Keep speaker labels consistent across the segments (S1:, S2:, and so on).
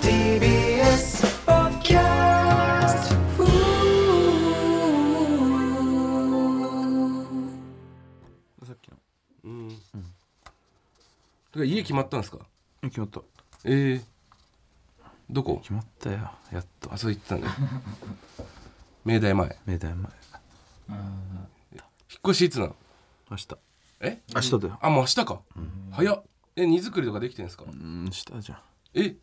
S1: TBS ポッドキャストうー
S2: さっきの
S3: うんだから家決まったんですか
S2: 決まった
S3: ええどこ
S2: 決まったよやっと
S3: あそう言ってたね 明大前引
S2: 明
S3: っ
S2: 大前
S3: 越しいつなの
S2: 明日
S3: え
S2: 明日だよ
S3: あもう明日か、早っえ荷造りとかできてんですか、
S2: うんしたじゃん
S3: え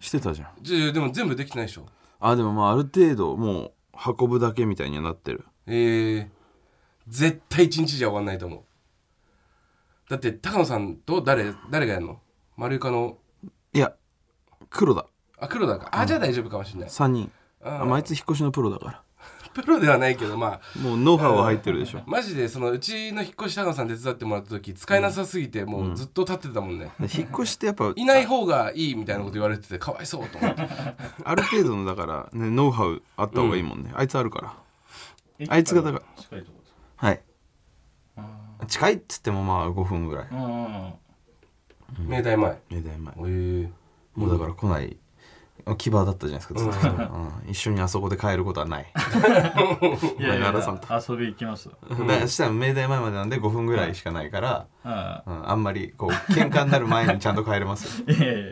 S2: してたじゃん
S3: じゃあでも全部できてないでしょ
S2: あでもまあある程度もう運ぶだけみたいにはなってる
S3: ええ絶対一日じゃ終わんないと思うだって高野さんと誰誰がやるの丸床の
S2: いや黒だ
S3: あ黒田かあ、じゃあ大丈夫かもしれない
S2: 3人
S3: あ
S2: あまああいつ引っ越しのプロだか
S3: プロではないけどまあ
S2: らもうノウハウは入ってるでしょ
S3: マジでそのうちの引っ越し高野さん手伝ってもらった時使えなさすぎてもうずっと立ってたもんね、
S2: で引っ越しってやっぱ
S3: いない方がいいみたいなこと言われててかわいそうと思って
S2: ある程度のだから、ね、ノウハウあった方がいいもんね、あいつあるからあいつがだから
S4: 近いところです
S2: はい近いっつってもまあ5分ぐらい
S4: あ
S3: 明大前
S2: 明大前
S3: おえ
S2: もうだから来ない牙だったじゃないですかずっと、うん一緒にあそこで帰ることは ない
S4: あいやいや
S2: お前奈良さん
S4: 遊び行きます
S2: だからそしたら明大前までなんで5分ぐらいしかないから、
S4: あ
S2: うん、あんまりこう喧嘩になる前にちゃんと帰れますよ
S4: いやいやいや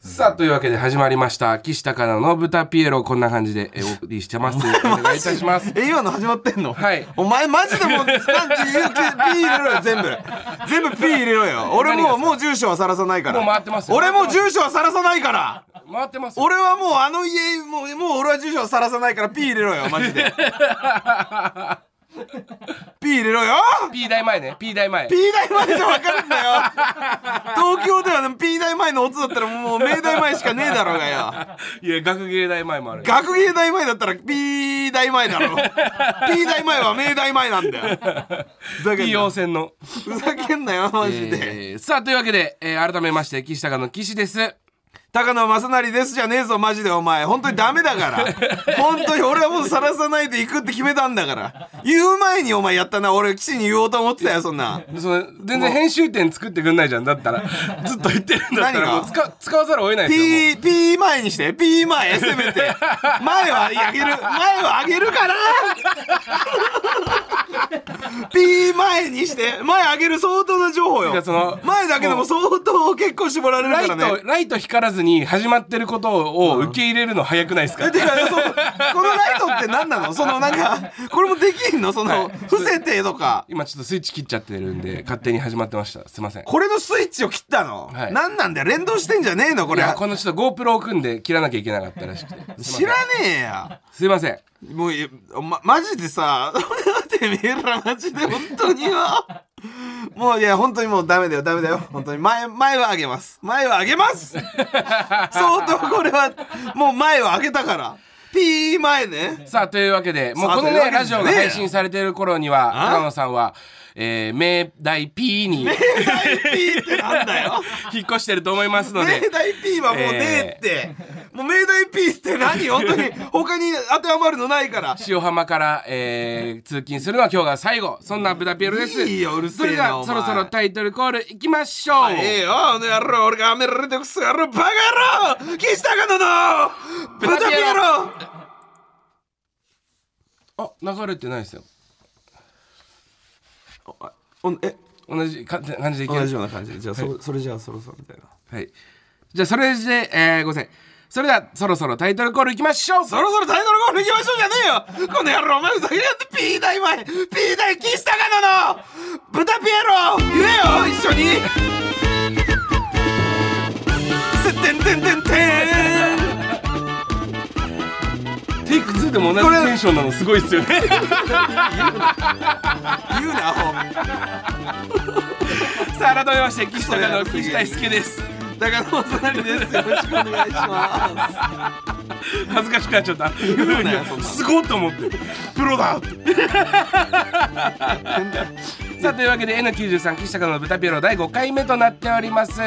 S3: さあというわけで始まりました岸高野の豚ピエロこんな感じでえお送りし てますお願いいたします
S2: え今の始まってんの
S3: はい
S2: お前マジでもう何時言う気 P 入れろよ全部全部 P 入れろよ俺
S3: 何
S2: も
S3: が
S2: うもう住所はさらさないから
S3: もう回ってますよ
S2: 俺もう住所はさらさないから
S3: 回ってます
S2: 俺はもうあの家もうもう俺は住所をさらさないから P 入れろ よマジで P 入れろよ
S3: P 大前ね P 大前
S2: P 大前じゃ分かるんだよ東京ではね P 大前の音だったらもう明大前しかねえだろうがよ
S3: いや学芸大前もある
S2: 学芸大前だったら P 大前だろ P 大前は明大前なんだよふざけ
S3: P
S2: んな
S3: 陽線の
S2: ふざけんなよマジで、
S3: えーさあというわけで、えー改めまして岸高野の岸です
S2: 高野正成ですじゃねえぞマジでお前本当にダメだ から本当に俺はもうさらさないで行くって決めたんだから言う前にお前やったな俺岸に言おうと思ってたよそんな
S3: その全然編集点作ってくんないじゃんだった らずっと言ってるんだったら
S2: 何が
S3: もう使使わざるを得ないですよもう
S2: P, P 前にして P 前せめて前はあげる前はあげるから P 前にして前あげる相当な情報
S3: いや
S2: よ
S3: その
S2: 前だけでも相当結構絞られ
S3: ライ
S2: るからね
S3: トライト光らずに始まってることを受け入れるの早くないですか
S2: えてかそのこのライトって何なのそのなんかこれもできんのその伏せてとか
S3: 今ちょっとスイッチ切っちゃってるんで勝手に始まってましたすいません
S2: これのスイッチを切ったの、
S3: はい
S2: 何なんだよ連動してんじゃねえのこ
S3: い
S2: れ
S3: やこのちょっと GoPro を組んで切らなきゃいけなかったらしくて
S2: 知らねえや
S3: すいません
S2: もういまマジでさてめえらマジで本当によもういや本当にもうダメだよダメだよ本当に前前はあげます前はあげます相当これはもう前はあげたからピー前ね
S3: さあというわけでもうこの
S2: さあというわ
S3: ね
S2: けで
S3: ラジオが配信されてる頃には
S2: あ
S3: 高野さんは、えー、明大 P に
S2: ピーってなんだよ
S3: 引っ越してると思いますの
S2: 明
S3: で
S2: 大 P はもうねえって、もう明大 P って何本当に 他に当てはまるのないから
S3: 塩浜から、えー、通勤するのは今日が最後そんなブダピエロです
S2: いいようるせえな
S3: それでは
S2: お前
S3: そろそろタイトルコールいきましょう、
S2: ええよ、あの野郎、俺がアメられてくす野郎、バカ野郎岸高野の豚ピエロ
S3: あ流れてないですよ
S2: おんえ、
S3: 同じか感じでいける
S2: 同じような感じで、じゃあ、そそれじゃあそろそろみたいな。
S3: はい。じゃあ、それで、えー、ごめんなさい。それでは、そろそろタイトルコールいきましょう
S2: そろそろタイトルコールいきましょうじゃねえよこの野郎、お前ふざけやがって、ピー大前、ピー大岸高野の豚ピエロ言えよ、一緒に せってんてんてんてん
S3: テイク2でも同じ
S2: これ
S3: テンションなのすごいっすよ ね。
S2: 言うな、アホ
S3: さあ、改めまして、 岸田の岸大輔です。
S2: 高野正成です。よろしくお願いします。
S3: 恥ずかしくなっちゃった。
S2: うなよそんなの
S3: すごいと思って。プ ロだって。さあ、というわけで、N93 岸高の豚ピエロ第5回目となっております。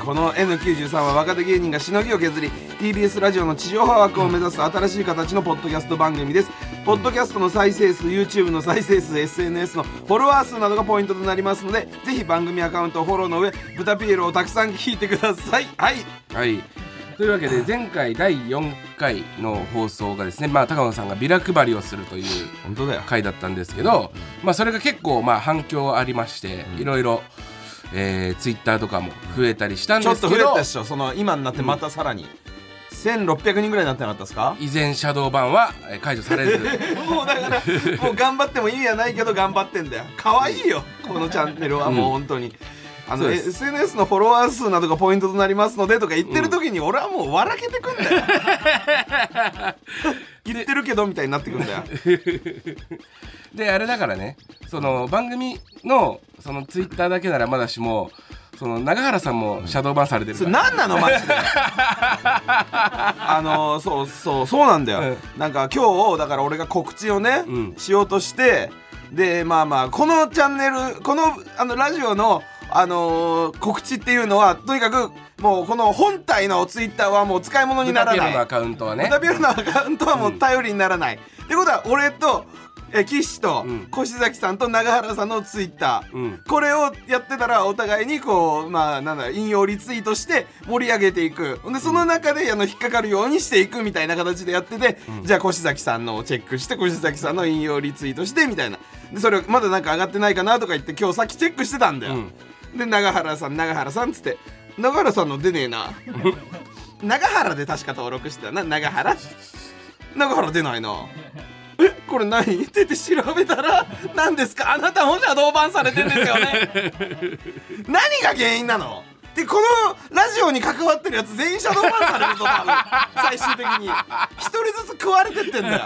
S2: この N93 は若手芸人がしのぎを削り TBS ラジオの地上波枠を目指す新しい形のポッドキャスト番組ですポッドキャストの再生数 YouTube の再生数 SNS のフォロワー数などがポイントとなりますのでぜひ番組アカウントをフォローの上「ブタピエロ」をたくさん聞いてくださいはい
S3: はい。というわけで前回第4回の放送がですね、まあ、高野さんがビラ配りをするという
S2: 本当だよ
S3: 回だったんですけど、まあ、それが結構まあ反響ありまして、いろいろ、えー、ツイッターとかも増えたりしたん
S2: ちょ
S3: で
S2: っ
S3: すけ
S2: と
S3: ど
S2: 増えたでしょその今になってまたさらに、1600人ぐらいになってなかったですか
S3: 依然シャドー版はえー解除されず
S2: もうだからもう頑張っても意味はないけど頑張ってんだよ可愛いよこのチャンネルはもう本当に、あ
S3: そ
S2: の
S3: う
S2: え
S3: です
S2: SNS のフォロワー数などがポイントとなりますのでとか言ってる時に俺はもう笑けてくんだよ 言ってるけどみたいになってくんだよ
S3: であれだからねその番組のそのツイッターだけならまだしもその永原さんもシャドー版されてる
S2: そ
S3: か
S2: れ
S3: ら、
S2: 何なのマ ジであのそうそうそうなんだよ、なんか今日だから俺が告知をね、
S3: うん
S2: しようとしてでまあまあこのチャンネルこのあのラジオのあのー告知っていうのはとにかくもうこの本体のツイッターはもう使い物に
S3: ブ
S2: なら
S3: タピエ
S2: な
S3: ロ
S2: い
S3: のアカウントは
S2: ブ
S3: ね
S2: タピエロのアカウントはもう頼りにならない、ってことは俺とえ岸と
S3: うん
S2: 越崎さんと永原さんのツイッター、
S3: うん
S2: これをやってたらお互いにこうまあなんだ引用リツイートして盛り上げていくでその中であの引っかかるようにしていくみたいな形でやってて、じゃあ越崎さんのをチェックして越崎さんの引用リツイートしてみたいなでそれをまだなんか上がってないかなとか言って今日さっきチェックしてたんだよ、で永原さん永原さんっつって永原さんの出ねえな 永原で確か登録してたな永原永原出ないなえこれ何ってて調べたら何ですかあなたもシャドーバンされてんですよ ね何が原因なのでこのラジオに関わってるやつ全員シャドーバンされるぞ多分最終的に一人ずつ食われてってんだよ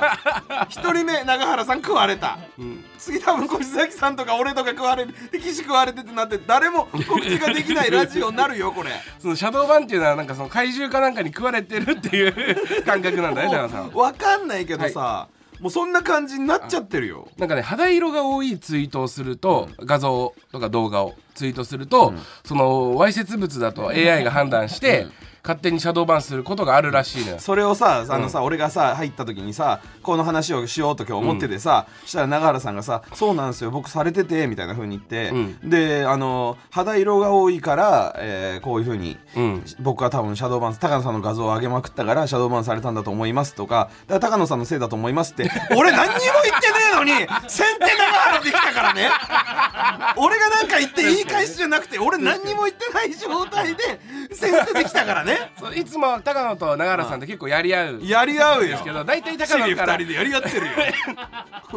S2: 一人目永原さん食われた、次多分越崎さんとか俺とか食われるで岸食われてってなって誰も告知ができないラジオになるよこ れ
S3: そのシャドー版っていうのはなんかその怪獣かなんかに食われてるっていう 感覚なんだね高野さんは
S2: もうわかんないけどさ、もうそんな感じになっちゃってるよ
S3: なんかね肌色が多いツイートをすると、画像とか動画をツイートすると、そのわいせつ物だと AI が判断して、勝手にシャドーバンすることがあるらしいのよ。
S2: それをさあのさ、俺がさ入った時にさこの話をしようと今日思っててさ、したら永原さんがさ「そうなんですよ僕されてて」みたいな風に言って、であの肌色が多いから、えーこういう風に、
S3: うん
S2: 僕は多分シャドーバン高野さんの画像を上げまくったからシャドーバンされたんだと思いますとかだから高野さんのせいだと思いますって 俺何にも言ってねえのに先手永原できたからね 俺がなんか言って言い返しじゃなくて俺何にも言ってない状態で先手できたからね
S3: そういつも高野と永原さんって結構やり合う
S2: やり合うよ
S3: けど大体
S2: シ
S3: 高
S2: リ
S3: 野
S2: 二
S3: から
S2: 人でやり合ってるよ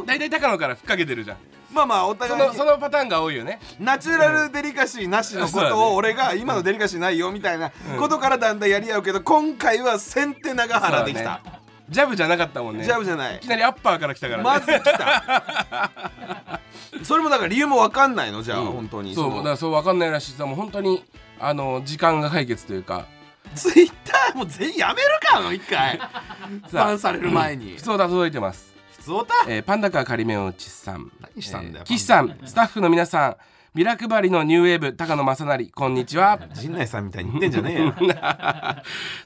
S3: 大体高野からふっかけてるじゃん
S2: まあまあお
S3: そ
S2: 互い
S3: の
S2: に
S3: そのパターンが多いよね
S2: ナチュラルデリカシーなしのこ
S3: そうだ
S2: と
S3: ね
S2: を俺が今のデリカシーないよみたいなことからだんだんやり合うけど今回は先手長原できた
S3: そうだねジャブじゃなかったもんね
S2: ジャブじゃない
S3: いきなりアッパーから来たからね
S2: まず来た それもだから理由もわかんないのじゃあ
S3: うん
S2: 本当に
S3: そうだからそう分かんないらしいさもう本当にあの時間が解決というか
S2: ツイッターもう全員やめるかもう一回
S3: さあ
S2: バンされる前に
S3: 普通だ届いてます
S2: 普通オタ
S3: えーパンダカー仮面をちさん
S2: 何したんだよ
S3: えー岸さんスタッフの皆さんビラ配りのニューウェーブ高野正成こんにちは
S2: 陣内さんみたいに言ってんじゃねえよ も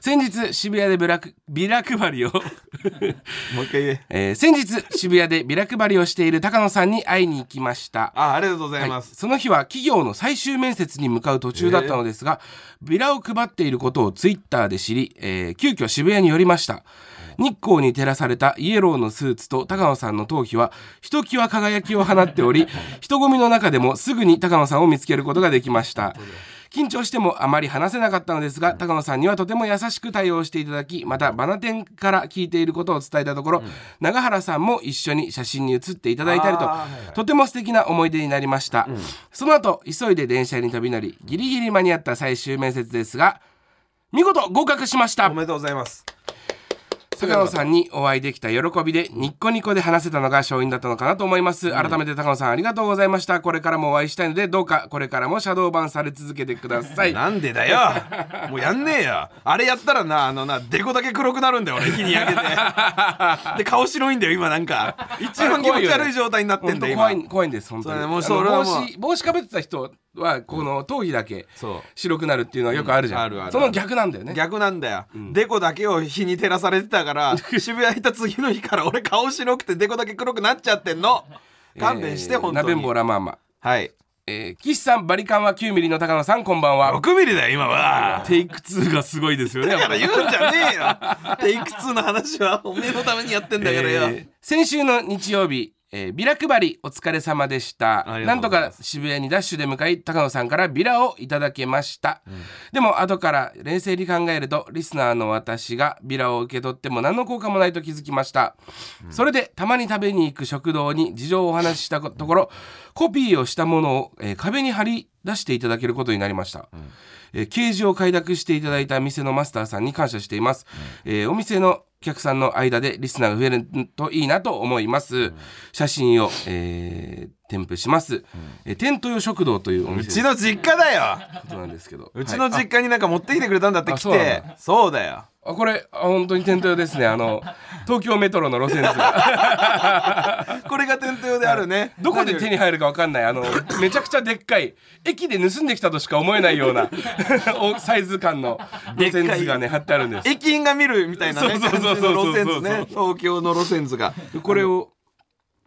S3: 先日渋谷でブラクビラ配りを、
S2: う一回言え
S3: えー先日渋谷でビラ配りをしている高野さんに会いに行きました
S2: あありがとうござい
S3: は
S2: ま
S3: い
S2: す、
S3: その日は企業の最終面接に向かう途中だったのですが、ビラを配っていることをツイッターで知り、えー急遽渋谷に寄りました日光に照らされたイエローのスーツと高野さんの頭皮はひときわ輝きを放っており 人混みの中でもすぐに高野さんを見つけることができました緊張してもあまり話せなかったのですが高野さんにはとても優しく対応していただきまたバナテンから聞いていることを伝えたところ、永原さんも一緒に写真に写っていただいたりと
S2: あーはいはい
S3: とても素敵な思い出になりました、その後急いで電車に飛び乗りギリギリ間に合った最終面接ですが見事合格しました
S2: おめでとうございます
S3: 高野さんにお会いできた喜びでニッコニコで話せたのが勝因だったのかなと思います改めて高野さんありがとうございましたこれからもお会いしたいのでどうかこれからもシャドーバンされ続けてくだ さい
S2: なんでだよもうやんねえよあれやったらなあのなデコだけ黒くなるんだよ俺日に焼けてで顔白いんだよ今なんか一番気持ち悪い状態になってんだよ
S3: 怖
S2: 今
S3: い怖いんです本当
S2: そう
S3: に
S2: だねもう
S3: あの
S2: それはもう
S3: 帽子帽子かぶってた人はこの頭皮だけ
S2: そ
S3: 白くなるっていうのはよくあるじゃん、
S2: うんあるある
S3: その逆なんだよね
S2: 逆なんだよ、デコだけを日に照らされてたから渋谷行った次の日から俺顔白くてデコだけ黒くなっちゃってんの勘弁して、
S3: えー
S2: 本
S3: な
S2: 当
S3: べんぼ
S2: に
S3: うらまんま
S2: はい
S3: えー、岸さんバリカンは9ミリの高野さんこんばんは
S2: 6ミリだよ今は
S3: テイク2がすごいですよね
S2: だから言うんじゃねえよテイク2の話はおめえのためにやってんだからよ、
S3: えー先週の日曜日、えービラ配りお疲れ様でした
S2: あり
S3: な
S2: が
S3: ん
S2: とう
S3: と
S2: ござい
S3: か
S2: ます
S3: 渋谷にダッシュで向かい高野さんからビラをいただけました、でも後から冷静に考えるとリスナーの私がビラを受け取っても何の効果もないと気づきました、それでたまに食べに行く食堂に事情をお話ししたところコピーをしたものを、えー壁に貼り出していただけることになりました、えーケージを快諾していただいた店のマスターさんに感謝しています、えーお店のお客さんの間でリスナーが増えるといいなと思います、写真を、えー添付します、えーテント用食堂というお
S2: う
S3: 店
S2: ち
S3: の
S2: の実家だよ
S3: ことなんですけど
S2: うちの実家になんか持ってきてくれたんだって
S3: あ
S2: 来て、
S3: そうなん
S2: そうだよ
S3: あこれあ本当にテント用ですねあ の東京メトロの路線 図
S2: これがテント用であるね
S3: どこで手に入るか分かんないあのめちゃくちゃでっかい駅で盗んできたとしか思えないよう なおサイズ感の路線図がね貼ってあるんです
S2: 駅員が見るみたいなね
S3: そうそうそう
S2: 感じの路線図ね
S3: そう
S2: 東京の路線図が
S3: これを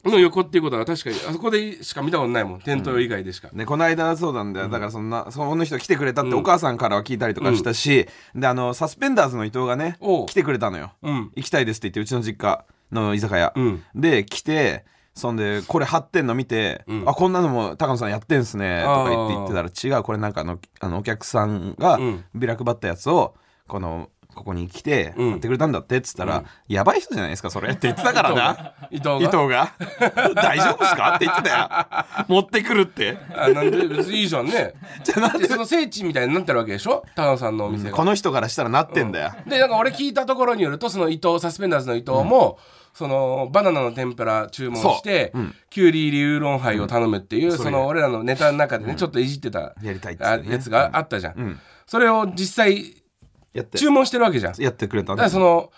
S3: の横っていうことは確かにあそこでしか見たことないもんテント用以外でしか、
S2: ね、この間そうなんだよ、だからそんなその人来てくれたってお母さんからは聞いたりとかしたし、であのサスペンダーズの伊藤がね
S3: おう
S2: 来てくれたのよ、
S3: うん
S2: 行きたいですって言ってうちの実家の居酒屋、
S3: うん
S2: で来てそんでこれ貼ってんの見て「
S3: ん
S2: あこんなのも高野さんやってんすね」とか言って
S3: あー
S2: 言ってたら「違うこれなんかあのあのお客さんが
S3: うん
S2: ビラ配ったやつをこのここに来て
S3: うん
S2: 貼ってくれたんだって」っつったら、やばい人じゃないですかそれ」って言ってたから な。
S3: 伊藤が
S2: 伊藤が「大丈夫っすか?」って言ってたよ持ってくるって
S3: あなんで別にいいじゃんね
S2: じゃあなん
S3: でその聖地みたいになってるわけでしょ高野さんのお店が、
S2: この人からしたらなってんだよ、
S3: でなんか俺聞いたところによるとその伊藤サスペンダーズの伊藤も、そのバナナの天ぷら注文して、きゅうり入りウーロンハイを頼むっていう、その俺らのネタの中でね、ちょっといじってた
S2: やりたいっつって
S3: あ
S2: ね
S3: やつがあったじゃん、それを実際
S2: やって
S3: 注文してるわけじゃんだか
S2: やってくれたん
S3: ら
S2: だ
S3: その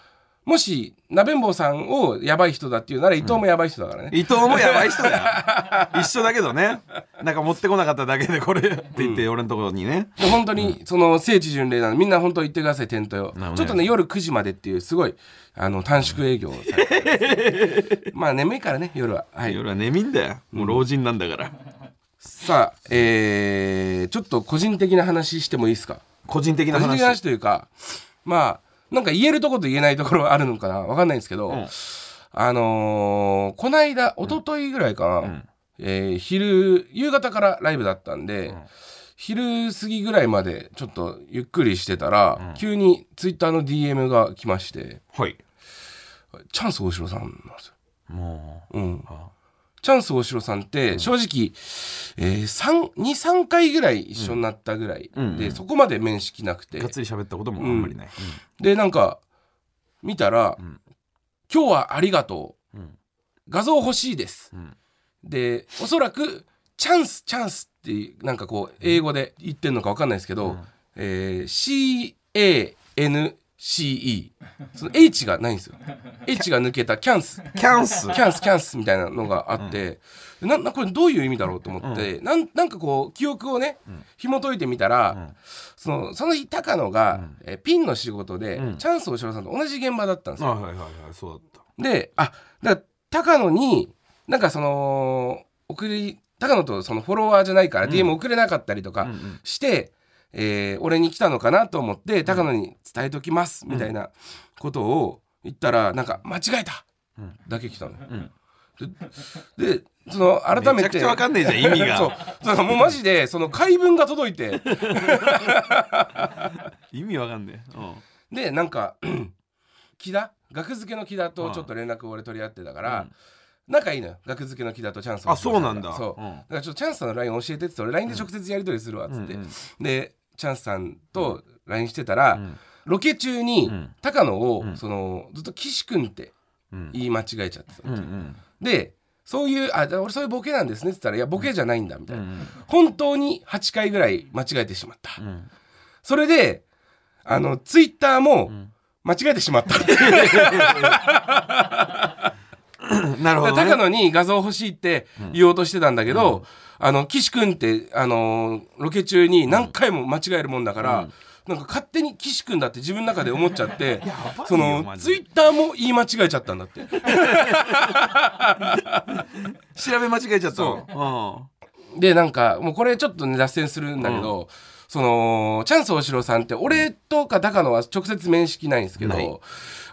S3: もしなべんぼうさんをやばい人だっていうなら伊藤もやばい人だからね、
S2: 伊藤もやばい人だ よ一緒だけどねなんか持ってこなかっただけでこれって言って俺のところにね、
S3: で本当にその聖地巡礼なのみんな本当行ってくださいテント
S2: なる
S3: よ
S2: ほどね
S3: ちょっとね夜9時までっていうすごいあの短縮営業をされてます まあ眠いからね夜ははい
S2: 夜は眠いんだよもう老人なんだから、
S3: さあえー、ちょっと個人的な話してもいいですか
S2: 個人的
S3: 個
S2: な
S3: 人的
S2: 話
S3: な話というかまあなんか言えるとこと言えないところはあるのかなわかんないんですけど、
S2: ん
S3: あのーこの間一昨日ぐらいかな、えー昼夕方からライブだったんで、昼過ぎぐらいまでちょっとゆっくりしてたら、急にツイッターの DM が来まして
S2: はい
S3: 「チャンス大城さん」なんですよ。
S2: も
S3: うん
S2: あ、
S3: チャンス大城さんって正直、え23回ぐらい一緒になったぐらいで、
S2: うんうん
S3: そこまで面識なくて
S2: うがっつり喋ったこともあんまりない、
S3: でなんか見たら、
S2: ん
S3: 今日はありがとう」
S2: うん
S3: 画像欲しいです」
S2: うん
S3: でおそらく「チャンスチャンス」っていうなんかこう英語で言ってんのか分かんないですけど、えー CANCE その H がないんです よ H が抜けた「キャンス」
S2: キャンス
S3: キャンスキャンスみたいなのがあって、ななこれどういう意味だろうと思って、なんなんかこう記憶をね、紐解いてみたら、そのその日高野が、えピンの仕事で、
S2: うん
S3: チャンス大城さんと同じ現場だったんです
S2: あ
S3: よ。
S2: はいはいはいそうだっ
S3: であだから高野になんかその送り高野とそのフォロワーじゃないから DM 送れなかったりと
S2: た、
S3: かして、えー俺に来たのかなと思って高野に伝えときますみたいなことを言ったらなんか「間違えた!
S2: うん」
S3: だけ来たのよ。
S2: うん
S3: ででその改めて
S2: めちゃくちゃわかんねえじゃん意味が
S3: そうだからもうマジでその解文が届いて
S2: 意味わかんねえ、うん
S3: でなんか 木田学付けの木田とちょっと連絡を俺取り合ってたから、仲いいのよ学付けの木田とチャンス
S2: あそうなんだ
S3: そう、
S2: うん
S3: だからちょっとチャンスさんの LINE 教えてって言って俺 LINE で直接やり取りするわっつって、
S2: うんうん
S3: でチャンスさんと LINE してたら、
S2: ん
S3: ロケ中に
S2: うん
S3: 高野を、
S2: ん
S3: そのずっと岸君って
S2: うん
S3: 言い間違えちゃってた、
S2: うんうん
S3: でそういう「あじゃあ俺そういうボケなんですね」って言ったら「いやボケじゃないんだ」みたいな、
S2: ん
S3: 本当に8回ぐらい間違えてしまった、
S2: ん
S3: それであのツイッターも間違えてしまった、
S2: うんなるほどね
S3: だから高野に画像欲しいって言おうとしてたんだけど、あの岸君って、あのーロケ中に何回も間違えるもんだから、なんか勝手に岸君だって自分の中で思っちゃって
S2: ばいよ
S3: その
S2: マジ
S3: ツ
S2: で
S3: イッターも言い間違えちゃったんだって
S2: 調べ間違えちゃった
S3: そう
S2: の
S3: でなんかもうこれちょっとね脱線するんだけど、そのチャンス大城さんって俺とか高野は直接面識ないんですけ
S2: ない
S3: ど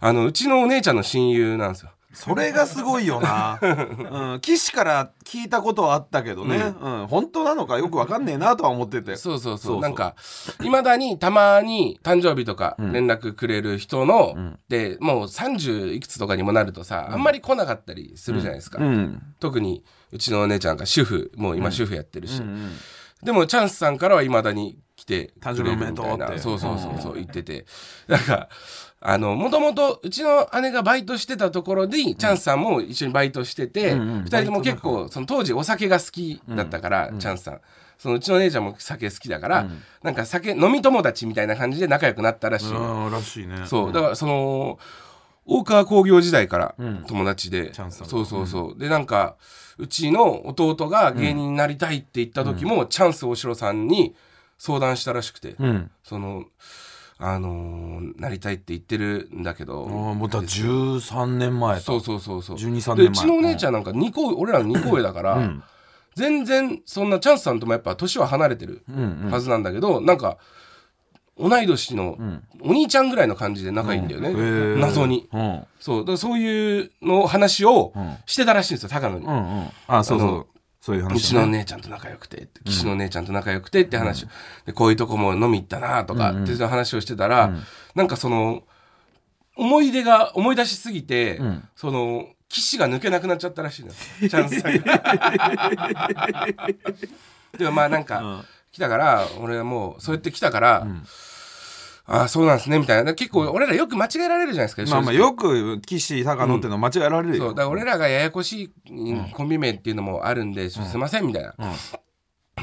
S3: あのうちのお姉ちゃんの親友なんですよ。
S2: うんそれがすごいよ な、うん、岸から聞いたことはあったけどね、うん本当なのかよくわかんねえなとは思ってて
S3: そうそうそ
S2: そうそ
S3: う
S2: う
S3: なんかいまだにたまに誕生日とか連絡くれる人の、でもう30いくつとかにもなるとさ、あんまり来なかったりするじゃないですか、
S2: うん
S3: 特にうちのお姉ちゃんが主婦もう今主婦やってるし、
S2: うん
S3: でもチャンスさんからはいまだに来て
S2: 誕
S3: く
S2: 生日
S3: れ
S2: お
S3: る
S2: めで
S3: み
S2: とう
S3: たいな
S2: って
S3: そうそうそうそう言っててなんかあのもともとうちの姉がバイトしてたところにチャンスさんも一緒にバイトしてて、
S2: うんうん
S3: 2人とも結構その当時お酒が好きだったから、チャンスさんそのうちの姉ちゃんも酒好きだから、なんか酒飲み友達みたいな感じで仲良くなったらしいの、
S2: うんらしいね
S3: そうだからその大川工業時代から
S2: ん
S3: 友達で、
S2: チャンスさんが
S3: そうそうそう、でなんかうちの弟が芸人になりたいって言った時も、チャンス大城さんに相談したらしくて、
S2: うん
S3: そのあのーなりたいって言ってるんだけど、
S2: あーもうだから13年前と
S3: そうそうそうそう
S2: 12 13年前
S3: でうちのお姉ちゃんなんか二個、俺らの2個上だから、
S2: うん
S3: 全然そんなチャンスさんともやっぱ年は離れてる
S2: うんうん
S3: はずなんだけど、なんか同い年の
S2: ん
S3: お兄ちゃんぐらいの感じで仲いいんだよね、
S2: へー
S3: 謎に。
S2: うん
S3: そうだからそういうの話を
S2: うん
S3: してたらしいんですよ高野に、
S2: うんうんあそうそ
S3: あ
S2: う
S3: の
S2: そういう話
S3: うちの
S2: ね
S3: 姉ちゃんと仲良くてって岸の姉ちゃんと仲良くてって話、でこういうとこも飲み行ったなとかっていう話をしてたら、なんかその思い出が思い出しすぎて、
S2: ん
S3: その岸が抜けなくなっちゃった らしいのよチャンスさんが。でもまあなんか、来たから俺はもうそうやって来たから、ああそうなんですねみたいな結構俺らよく間違えられるじゃないですか、
S2: まあまあ
S3: 正直
S2: よく岸高野ってのは間違えられるよ、
S3: そうだから俺らがややこしいうんコンビ名っていうのもあるんで、すいませんみたいな、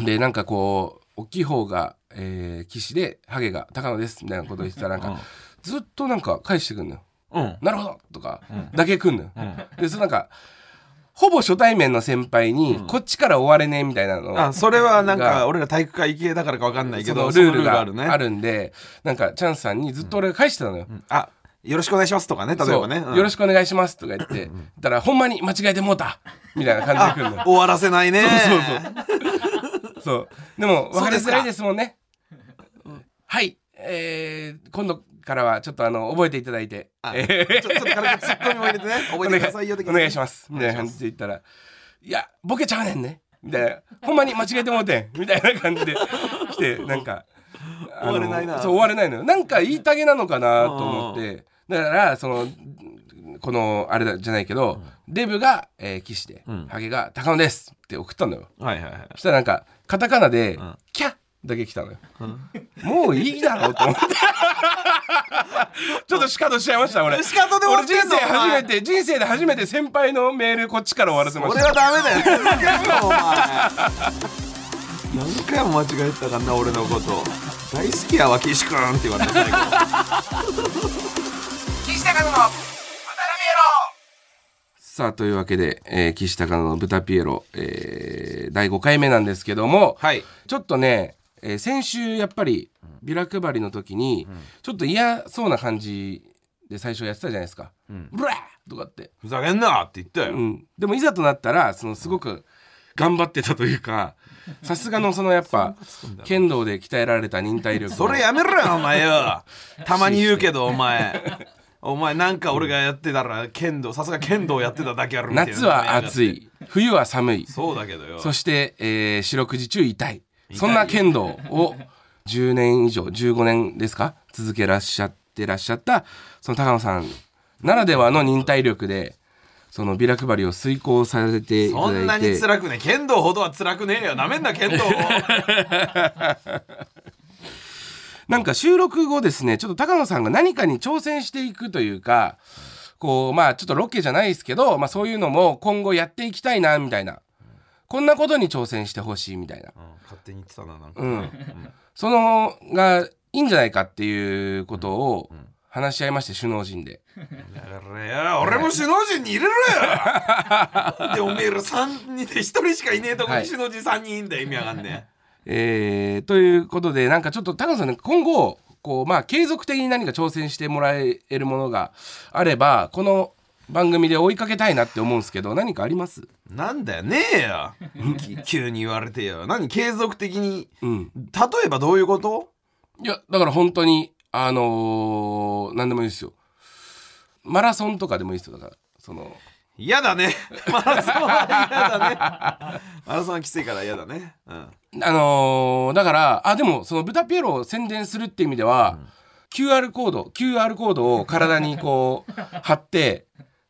S3: でなんかこう大きい方が、えー、岸でハゲが高野ですみたいなこと言ってたらなんか、
S2: うん
S3: ずっとなんか返してくんのよ
S2: うん
S3: 「なるほど!」とか、だけくんのよ、でそのなんかほぼ初対面の先輩に、こっちから終われねえみたいなのを
S2: あそれはなんか
S3: が
S2: 俺ら体育会系だからかわかんないけ
S3: そ
S2: ど
S3: のルール
S2: そ
S3: が
S2: の
S3: ある,、
S2: あるね
S3: んでなんかチャンスさんにずっと俺が返してたのよ、
S2: あよろしくお願いしますとかね例えばね、
S3: そうよろ
S2: しく
S3: しくお願いします」とか言って言ったら「ほんまに間違えてもうた」みたいな感じでくるのよ
S2: 終わらせないね
S3: そうそう。でも、分
S2: そ
S3: か
S2: う
S3: り
S2: です
S3: づ
S2: から
S3: いですもんね。はい。えー今度からはちょっとあの、覚えていただいて。
S2: あ
S3: えー
S2: ちょちょっと軽くツッコミも入れてね覚えてくださいよ
S3: お
S2: 的
S3: 願いお願いします。みたいな感じで言ったら、いや、ボケちゃうねんね。みたいな。ほんまに間違えてもうて ん。みたいな感じで 来て、なんか。あの
S2: 終われないな
S3: そう、終われないのよ。なんか言いたげなのかなと思って。だから、その、この、あれだじゃないけど、デブが、えー、岸で、ハゲが、高野ですって送ったのよ。
S2: はいはいはい
S3: そしたらなんかカタカナで
S2: ん
S3: 「キャッ」だけ来たのよ、もういいだろうと思って ちょっとシカトしちゃいました俺
S2: 仕方で終わ
S3: 俺
S2: って
S3: 人
S2: んの
S3: 生初め
S2: て
S3: て人生で初めて先輩のメールこっちから終わらせまし
S2: 俺
S3: た
S2: はダメだよ続けるのお前何回も間違えてたからな俺のこと大好きやわ岸君って言われた最後
S3: さあというわけで、えー岸高野の「豚ピエロ、えー第5回目なんですけども、
S2: はい
S3: ちょっとね、えー先週やっぱりビラ配りの時にちょっと嫌そうな感じで最初やってたじゃないですか「ブラー!」とかって
S2: ふざけんなって言ったよ、
S3: うん、でもいざとなったらそのすごく頑張ってたというかさすがのそのやっぱ剣道で鍛えられた忍耐力
S2: それやめろ よお前よたまに言うけどお前お前なんか俺がやってたら剣道さすが剣道やってただけあるみたいな
S3: 夏は暑い冬は寒い
S2: そうだけどよ
S3: そして、えー四六時中痛いそんな剣道を10年以上15年ですか続けらっしゃってらっしゃったその高野さんならではの忍耐力でそのビラ配りを遂行させていただい
S2: そ
S3: て
S2: んなに辛くね剣道ほどは辛くねえよなめんな剣 道
S3: なんか収録後ですねちょっと高野さんが何かに挑戦していくというかこうまあちょっとロケじゃないですけど、まあ、そういうのも今後やっていきたいなみたいなこんなことに挑戦してほしいみたいな、
S2: 勝手に言ってたななんか、
S3: うん、そのがいいんじゃないかっていうことを話し合いまして首脳陣で
S2: いや俺も首脳陣に入れろよでおめえら3人で1人しかいねえとこ
S3: は
S2: に
S3: い
S2: 首脳陣3人いんだよ意味わかんね
S3: えーということでなんかちょっと高野さんね今後こうまあ継続的に何か挑戦してもらえるものがあればこの番組で追いかけたいなって思うんですけど何かあります
S2: えなんだよねえ よき急に言われてよ何継続的に
S3: うん
S2: 例えばどういうこと
S3: いやだから本当にあのー何でもいいですよマラソンとかでもいいですよだからその
S2: 嫌だね マラソンは嫌だねマラソンはきついから嫌だねうん
S3: あのーだからあでもその豚ピエロを宣伝するっていう意味では、QR コード QR コードを体にこう 貼って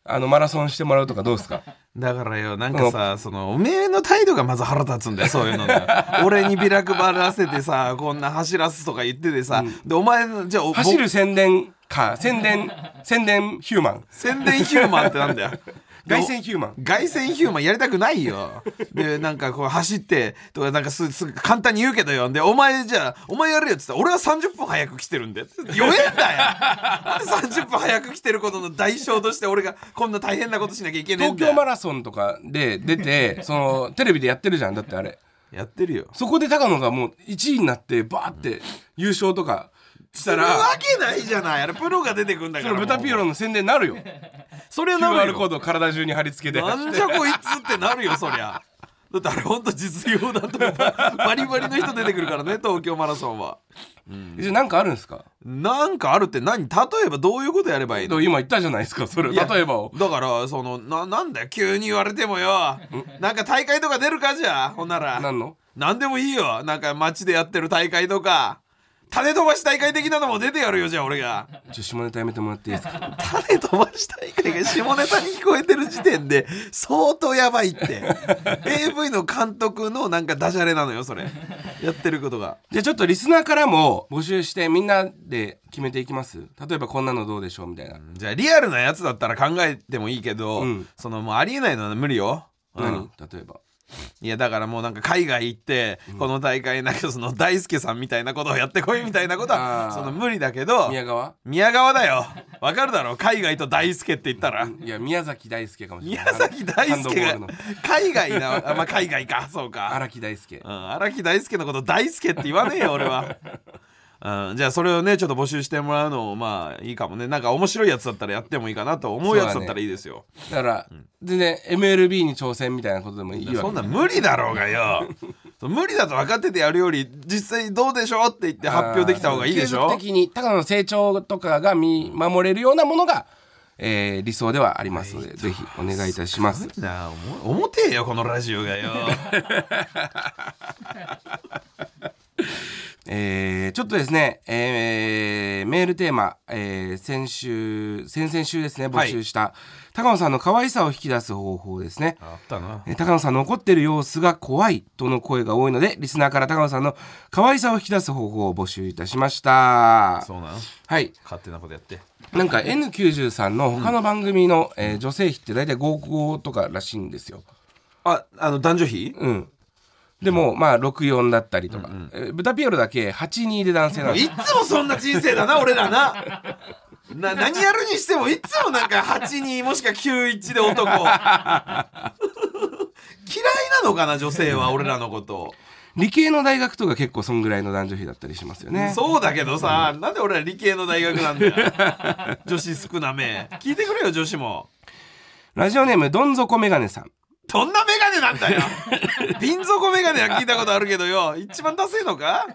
S3: あのマラソンしてもらうとかどうですか
S2: だからよなんかさそのおめえの態度がまず腹立つんだよそういうの が俺にビラ配らせてさこんな走らすとか言っててさ、でお前のじゃあお
S3: 走る宣伝か宣伝宣伝ヒューマン
S2: 宣伝ヒューマンってなんだ よ
S3: 凱旋ヒューマン
S2: 凱旋ヒューマンやりたくないよでなんかこう走ってとかなんかすすぐ簡単に言うけどよでお前じゃあお前やるよっつったら俺は30分早く来てるんで酔えんだよなんで30分早く来てることの代償として俺がこんな大変なことしなきゃいけねえん
S3: 東
S2: だ
S3: 京マ
S2: よ
S3: ラソンとかで出てそのテレビでやってるじゃんだってあれ
S2: やってるよ
S3: そこで高野がもう1位になってバーって優勝とかし
S2: す
S3: た
S2: るわ
S3: ら、
S2: けないじゃないあれプロが出てくんだか
S3: そ
S2: ら
S3: れ豚ピエロの宣伝になるよ
S2: それはなる
S3: QR コー
S2: よ
S3: ドを体中に貼り付けて
S2: なんじゃこいつってなるよそりゃだってあれほんと実用だと思うバリバリの人出てくるからね東京マラソンは
S3: じゃあなんかあるんですか
S2: なんかあるって何例えばどういうことやればいい
S3: で
S2: の
S3: も今言ったじゃないですかそれを
S2: い
S3: 例
S2: や
S3: えばを
S2: だからそのななんだよ急に言われてもよなんか大会とか出るかじゃあほんなら
S3: 何の
S2: 何でもいいよなんか街でやってる大会とか種飛ばし大会的なのも出てやるよじゃあ俺が
S3: ちょ下ネタやめてもらっていいですか
S2: 種飛ばし大会が下ネタに聞こえてる時点で相当やばいって AV の監督のなんかダジャレなのよそれやってることが
S3: じゃあちょっとリスナーからも募集してみんなで決めていきます例えばこんなのどうでしょうみたいな
S2: じゃあリアルなやつだったら考えてもいいけど、
S3: うん
S2: そのもうありえないのは無理よ、うん
S3: 何例えば
S2: いやだからもうなんか海外行って、この大会なんかその大輔さんみたいなことをやってこいみたいなこと
S3: あ
S2: は
S3: ー
S2: その無理だけど
S3: 宮
S2: 宮川
S3: 川
S2: だよわかるだろ海外と大輔って言ったら、
S3: いや宮崎大輔かもしれない
S2: 宮崎大
S3: ハンドボ
S2: 輔
S3: ー
S2: が
S3: ルの
S2: 海外なあまあ海外かそうか
S3: 荒木大輔
S2: うん荒木大輔のこと大輔って言わねえよ俺は、うん、じゃあそれをねちょっと募集してもらうのもまあいいかもねなんか面白いやつだったらやってもいいかなと思うやつだったらいいですよ
S3: だから全然 MLB に挑戦みたいなことでもいいわけ
S2: そんなん無理だろうが よそう無理だと分かっててやるより実際どうでしょうって言って発表できた方がいいでし
S3: 継
S2: ょ
S3: 続的に高野の成長とかが見守れるようなものが、えー理想ではありますので、ぜひお願いいたします。
S2: なあおも重てえよこのラジオが よ
S3: えーちょっとですね、えーメールテーマ、えー先週先々週ですね募集した、高野さんの可愛さを引き出す方法ですね。
S2: あったな
S3: えー高野さんの怒ってる様子が怖いとの声が多いのでリスナーから高野さんの可愛さを引き出す方法を募集いたしました。
S2: そうなの
S3: はい、
S2: 勝手なことやって
S3: なんか N93 の他の番組の、えー女性比って大体55とからしいんですよ。
S2: ああの男女比
S3: うん。でも、まあ、64だったりとか。えー豚ピエロだけ82で男性なんです
S2: い
S3: よ。
S2: つもそんな人生だな俺らなな何やるにしてもいつもなんか82もしくは91で 男嫌いなのかな女性は俺らのこと
S3: 理系の大学とか結構そんぐらいの男女比だったりしますよね。
S2: そうだけどさ、なんで俺ら理系の大学なんだ よ女子少なめ聞いてくれよ女子も
S3: ラジオネーム、どん底メガネさん。
S2: どんなメガネなんだよ瓶底メガネは聞いたことあるけどよ一番ダセえのか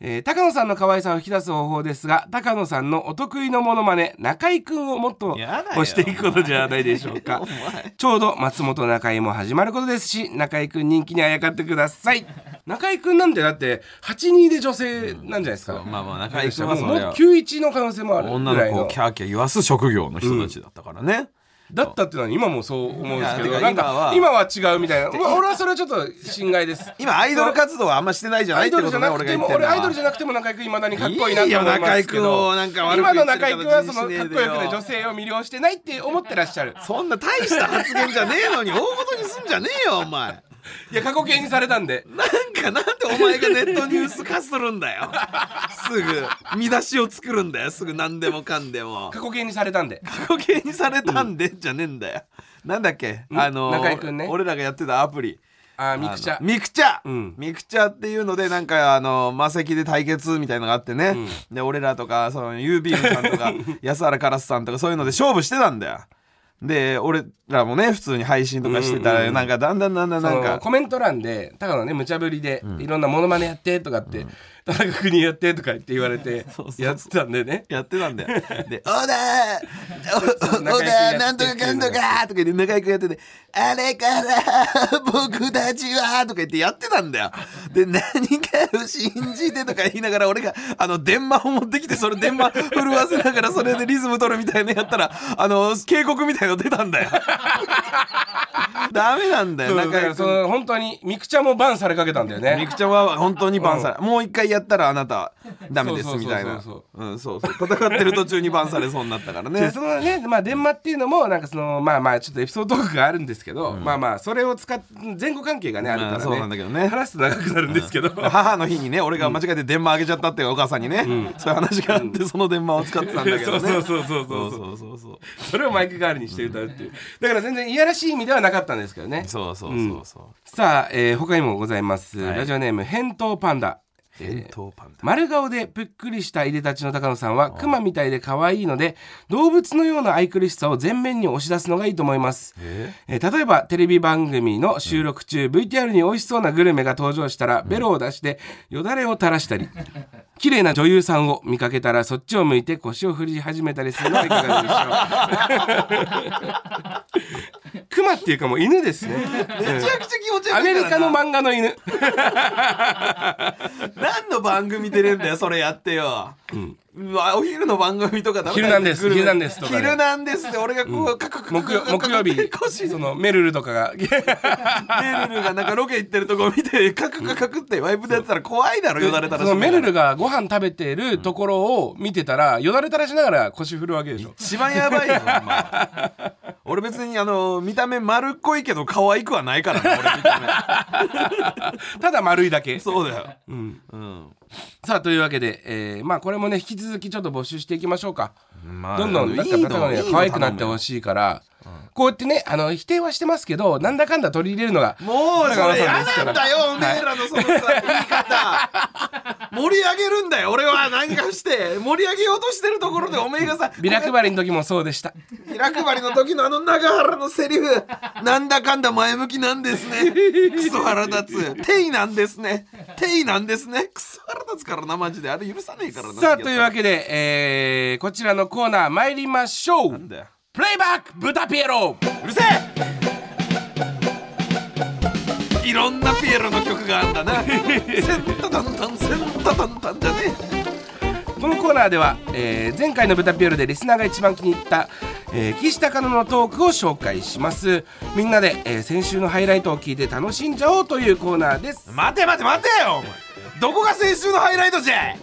S3: えー高野さんの可愛さを引き出す方法ですが高野さんのお得意のモノマネ中居くんをもっと
S2: やだよ
S3: 押していくことじゃないでしょうか
S2: お前
S3: ちょうど松本中居も始まることですし中居くん人気にあやかってください中居くんなんてだって82で女性なんじゃないですか、
S2: まあまあ中居君
S3: も
S2: は
S3: う
S2: そ
S3: もう
S2: れは
S3: 91の可能性もある
S2: 女
S3: ぐらい
S2: の
S3: の
S2: 子をキャーキャー言わす職業の人たちだったからね、
S3: だったっていうのは今もそう思うんですけ
S2: い
S3: ど
S2: やてか
S3: なんか今
S2: 今
S3: は違うみたいな、まあ俺はそれはちょっと心外です
S2: 今アイドル活動はあんましてないじゃな
S3: ア
S2: い
S3: イ
S2: って
S3: ド
S2: こ
S3: ルじ
S2: と
S3: ゃ
S2: ね
S3: な
S2: 俺
S3: く
S2: が
S3: て
S2: 言っ
S3: も
S2: てる
S3: 俺
S2: の
S3: アイド
S2: は
S3: ルじゃなくても中居君いまだにかっこいいなと思い
S2: いいよ
S3: ま
S2: 中
S3: す
S2: 居
S3: け
S2: 君
S3: ど
S2: をなんか悪く
S3: 今
S2: 言
S3: の
S2: ってる
S3: 中居君はそ
S2: 形
S3: の
S2: に
S3: か
S2: し
S3: っ
S2: ねえで
S3: こよ
S2: よ
S3: くて女性を魅了してないって思ってらっしゃる
S2: そんな大した発言じゃねえのに大事にすんじゃねえよお前
S3: いや過去形にされたんで
S2: なんかなんでお前がネットニュース化するんだよすぐ見出しを作るんだよすぐ何でもかんでも
S3: 過去形にされたんで
S2: 過去形にされたんで、じゃねえんだよなんだっけ
S3: ん
S2: あの
S3: 中居くんね
S2: 俺らがやってたアプリ
S3: あーミクチャ
S2: あのミクチャ、
S3: うん
S2: ミクチャっていうのでなんかあの魔石で対決みたいのがあってね、で俺らとかそのユービームさんと か安原カラスさんとかそういうので勝負してたんだよで俺らもね普通に配信とかしてたら、なんかだんだんだんだんなん
S3: その
S2: か
S3: コメント欄で高野ね無茶ぶりで、いろんなモノマネやってとかって、田中君にやってとか言って言われ てやってたんでね
S2: やってたんだよ。で、オーダー
S3: う
S2: お
S3: 仲良
S2: オ
S3: く
S2: ー
S3: やっ
S2: ダー
S3: て
S2: なんとかかんとかとか言って仲良くやってて、あれから僕たちはとか言ってやってたんだよ。で、何かを信じてとか言いながら俺が、あの、電話を持ってきて、それ電話震わせながらそれでリズム取るみたいなのやったら、あの、警告みたいの出たんだよ。ダメなんだよ、
S3: そうだ
S2: 仲
S3: か
S2: 良
S3: らそ
S2: く。
S3: の本当にミクチャもバンされかけたんだよね
S2: みくちゃんは本当にバンされ、もう一回やったらあなたダメですみたいな
S3: そうそう
S2: うんそうそう戦ってる途中にバンされそうになったから
S3: で
S2: ね
S3: そのね、まあ、電話っていうのもなんかそのまあまあちょっとエピソードトークがあるんですけど、まあまあそれを使っ前後関係がねあるからね
S2: そうなんだけどね
S3: 話すと長くなるんですけど、
S2: 母の日にね俺が間違えて電話あげちゃったっていうお母さんにね、そういう話があってその電話を使ってたんだけどね
S3: そうそうそうそうそう
S2: そうそうそう
S3: それをマイク代わりにして歌うっていうだから全然いやらしい意味ではなかったんですけどね
S2: そうそうそうそ
S3: さあ、えー他にもございます、
S2: い
S3: ラジオネーム「返答パンダ」
S2: う弁当パンダ
S3: 丸顔でぷっくりしたいでたちの高野さんはクマみたいで可愛いので動物のような愛くるしさを前面に押し出すのがいいと思います、えー例えばテレビ番組の収録中、VTR に美味しそうなグルメが登場したらベロを出してよだれを垂らしたり綺麗な女優さんを見かけたらそっちを向いて腰を振り始めたりするのはいかがでし ょうクマっていうかもう犬 ですね
S2: めちゃくちゃ気持ち
S3: ア
S2: 悪
S3: メ
S2: い
S3: リ
S2: から
S3: カの
S2: な
S3: 漫画の犬
S2: 何の番組出れんだよそれやってよ、うわお昼の番組とかダメだよ
S3: 昼なんです
S2: グルメ
S3: 昼なんですとかね
S2: 昼なんですって俺がこう、カクカクカ
S3: 木
S2: ク
S3: 曜
S2: カクカク
S3: 木曜
S2: って
S3: 日
S2: 腰
S3: そのメルルとかが
S2: メルルがなんかロケ行ってるとこ見 てカクカクカクってワイプでやってたら怖いだろよだれたら
S3: そのメルル
S2: が
S3: がご飯食べてるところを見てたらよだれ垂らしながら腰振るわけでしょ
S2: 一番やばい よお前俺別にあの見た目丸っこいけど可愛くはないからね俺見 た目
S3: ただ丸いだけ
S2: そうだよ、
S3: さあというわけで、えーまあこれもね引き続きちょっと募集していきましょうか
S2: まあ
S3: どんどんなんか
S2: いいの
S3: 高野
S2: いい
S3: が
S2: の
S3: 可愛くなってほしいからこうやってねあの否定はしてますけどなんだかんだ取り入れるのが
S2: もうそれ
S3: 高
S2: 嫌
S3: 野さん
S2: なんだよおめえらのそのさ言い方 盛り上げるんだよ俺は何かして盛り上げようとしてるところでおめえが さ
S3: ビラ配りの時もそうでした
S2: ビラ配りの時のあの長原のセリフなんだかんだ前向きなんですねクソ腹立つ定位なんですね定位なんですねクソ腹立つからなマジであれ許さねえからな
S3: さあというわ
S2: け
S3: けで、えーこちらのコーナー参りましょう
S2: なんだよ
S3: プレイバック豚ピエロ
S2: うるせえいろんなピエロの曲があんだなセンタタンタンセンタタンタンじゃね
S3: このコーナーでは、えー前回の「ブタピオル」でリスナーが一番気に入った、えー岸高野のトークを紹介しますみんなで、えー先週のハイライトを聞いて楽しんじゃおうというコーナーです
S2: え待て待て待てよお前どこが先週のハイライトじゃい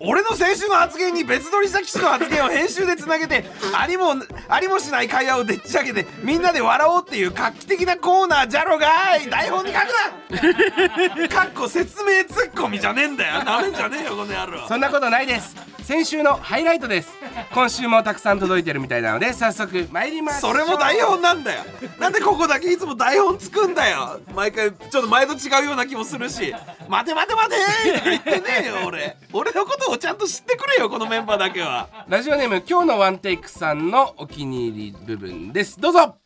S2: 俺の先週の発言に別撮りした騎士の発言を編集でつなげてありもありもしない会話をでっち上げてみんなで笑おうっていう画期的なコーナーじゃろがい台本に書くな かっこ説明ツッコミじゃねえんだよなめんじゃねえよこの野郎
S3: そんなことないです先週のハイライトです今週もたくさん届いてるみたいなので早速参ります
S2: それも台本なんだよなんでここだけいつも台本つくんだよ毎回ちょっと前と違うような気もするし「待て待て待て!」とか言ってねえよ俺俺のことをちゃんと知ってくれよこのメンバーだけは
S3: ラジオネーム今日のワンテイクさんのお気に入り部分ですどうぞ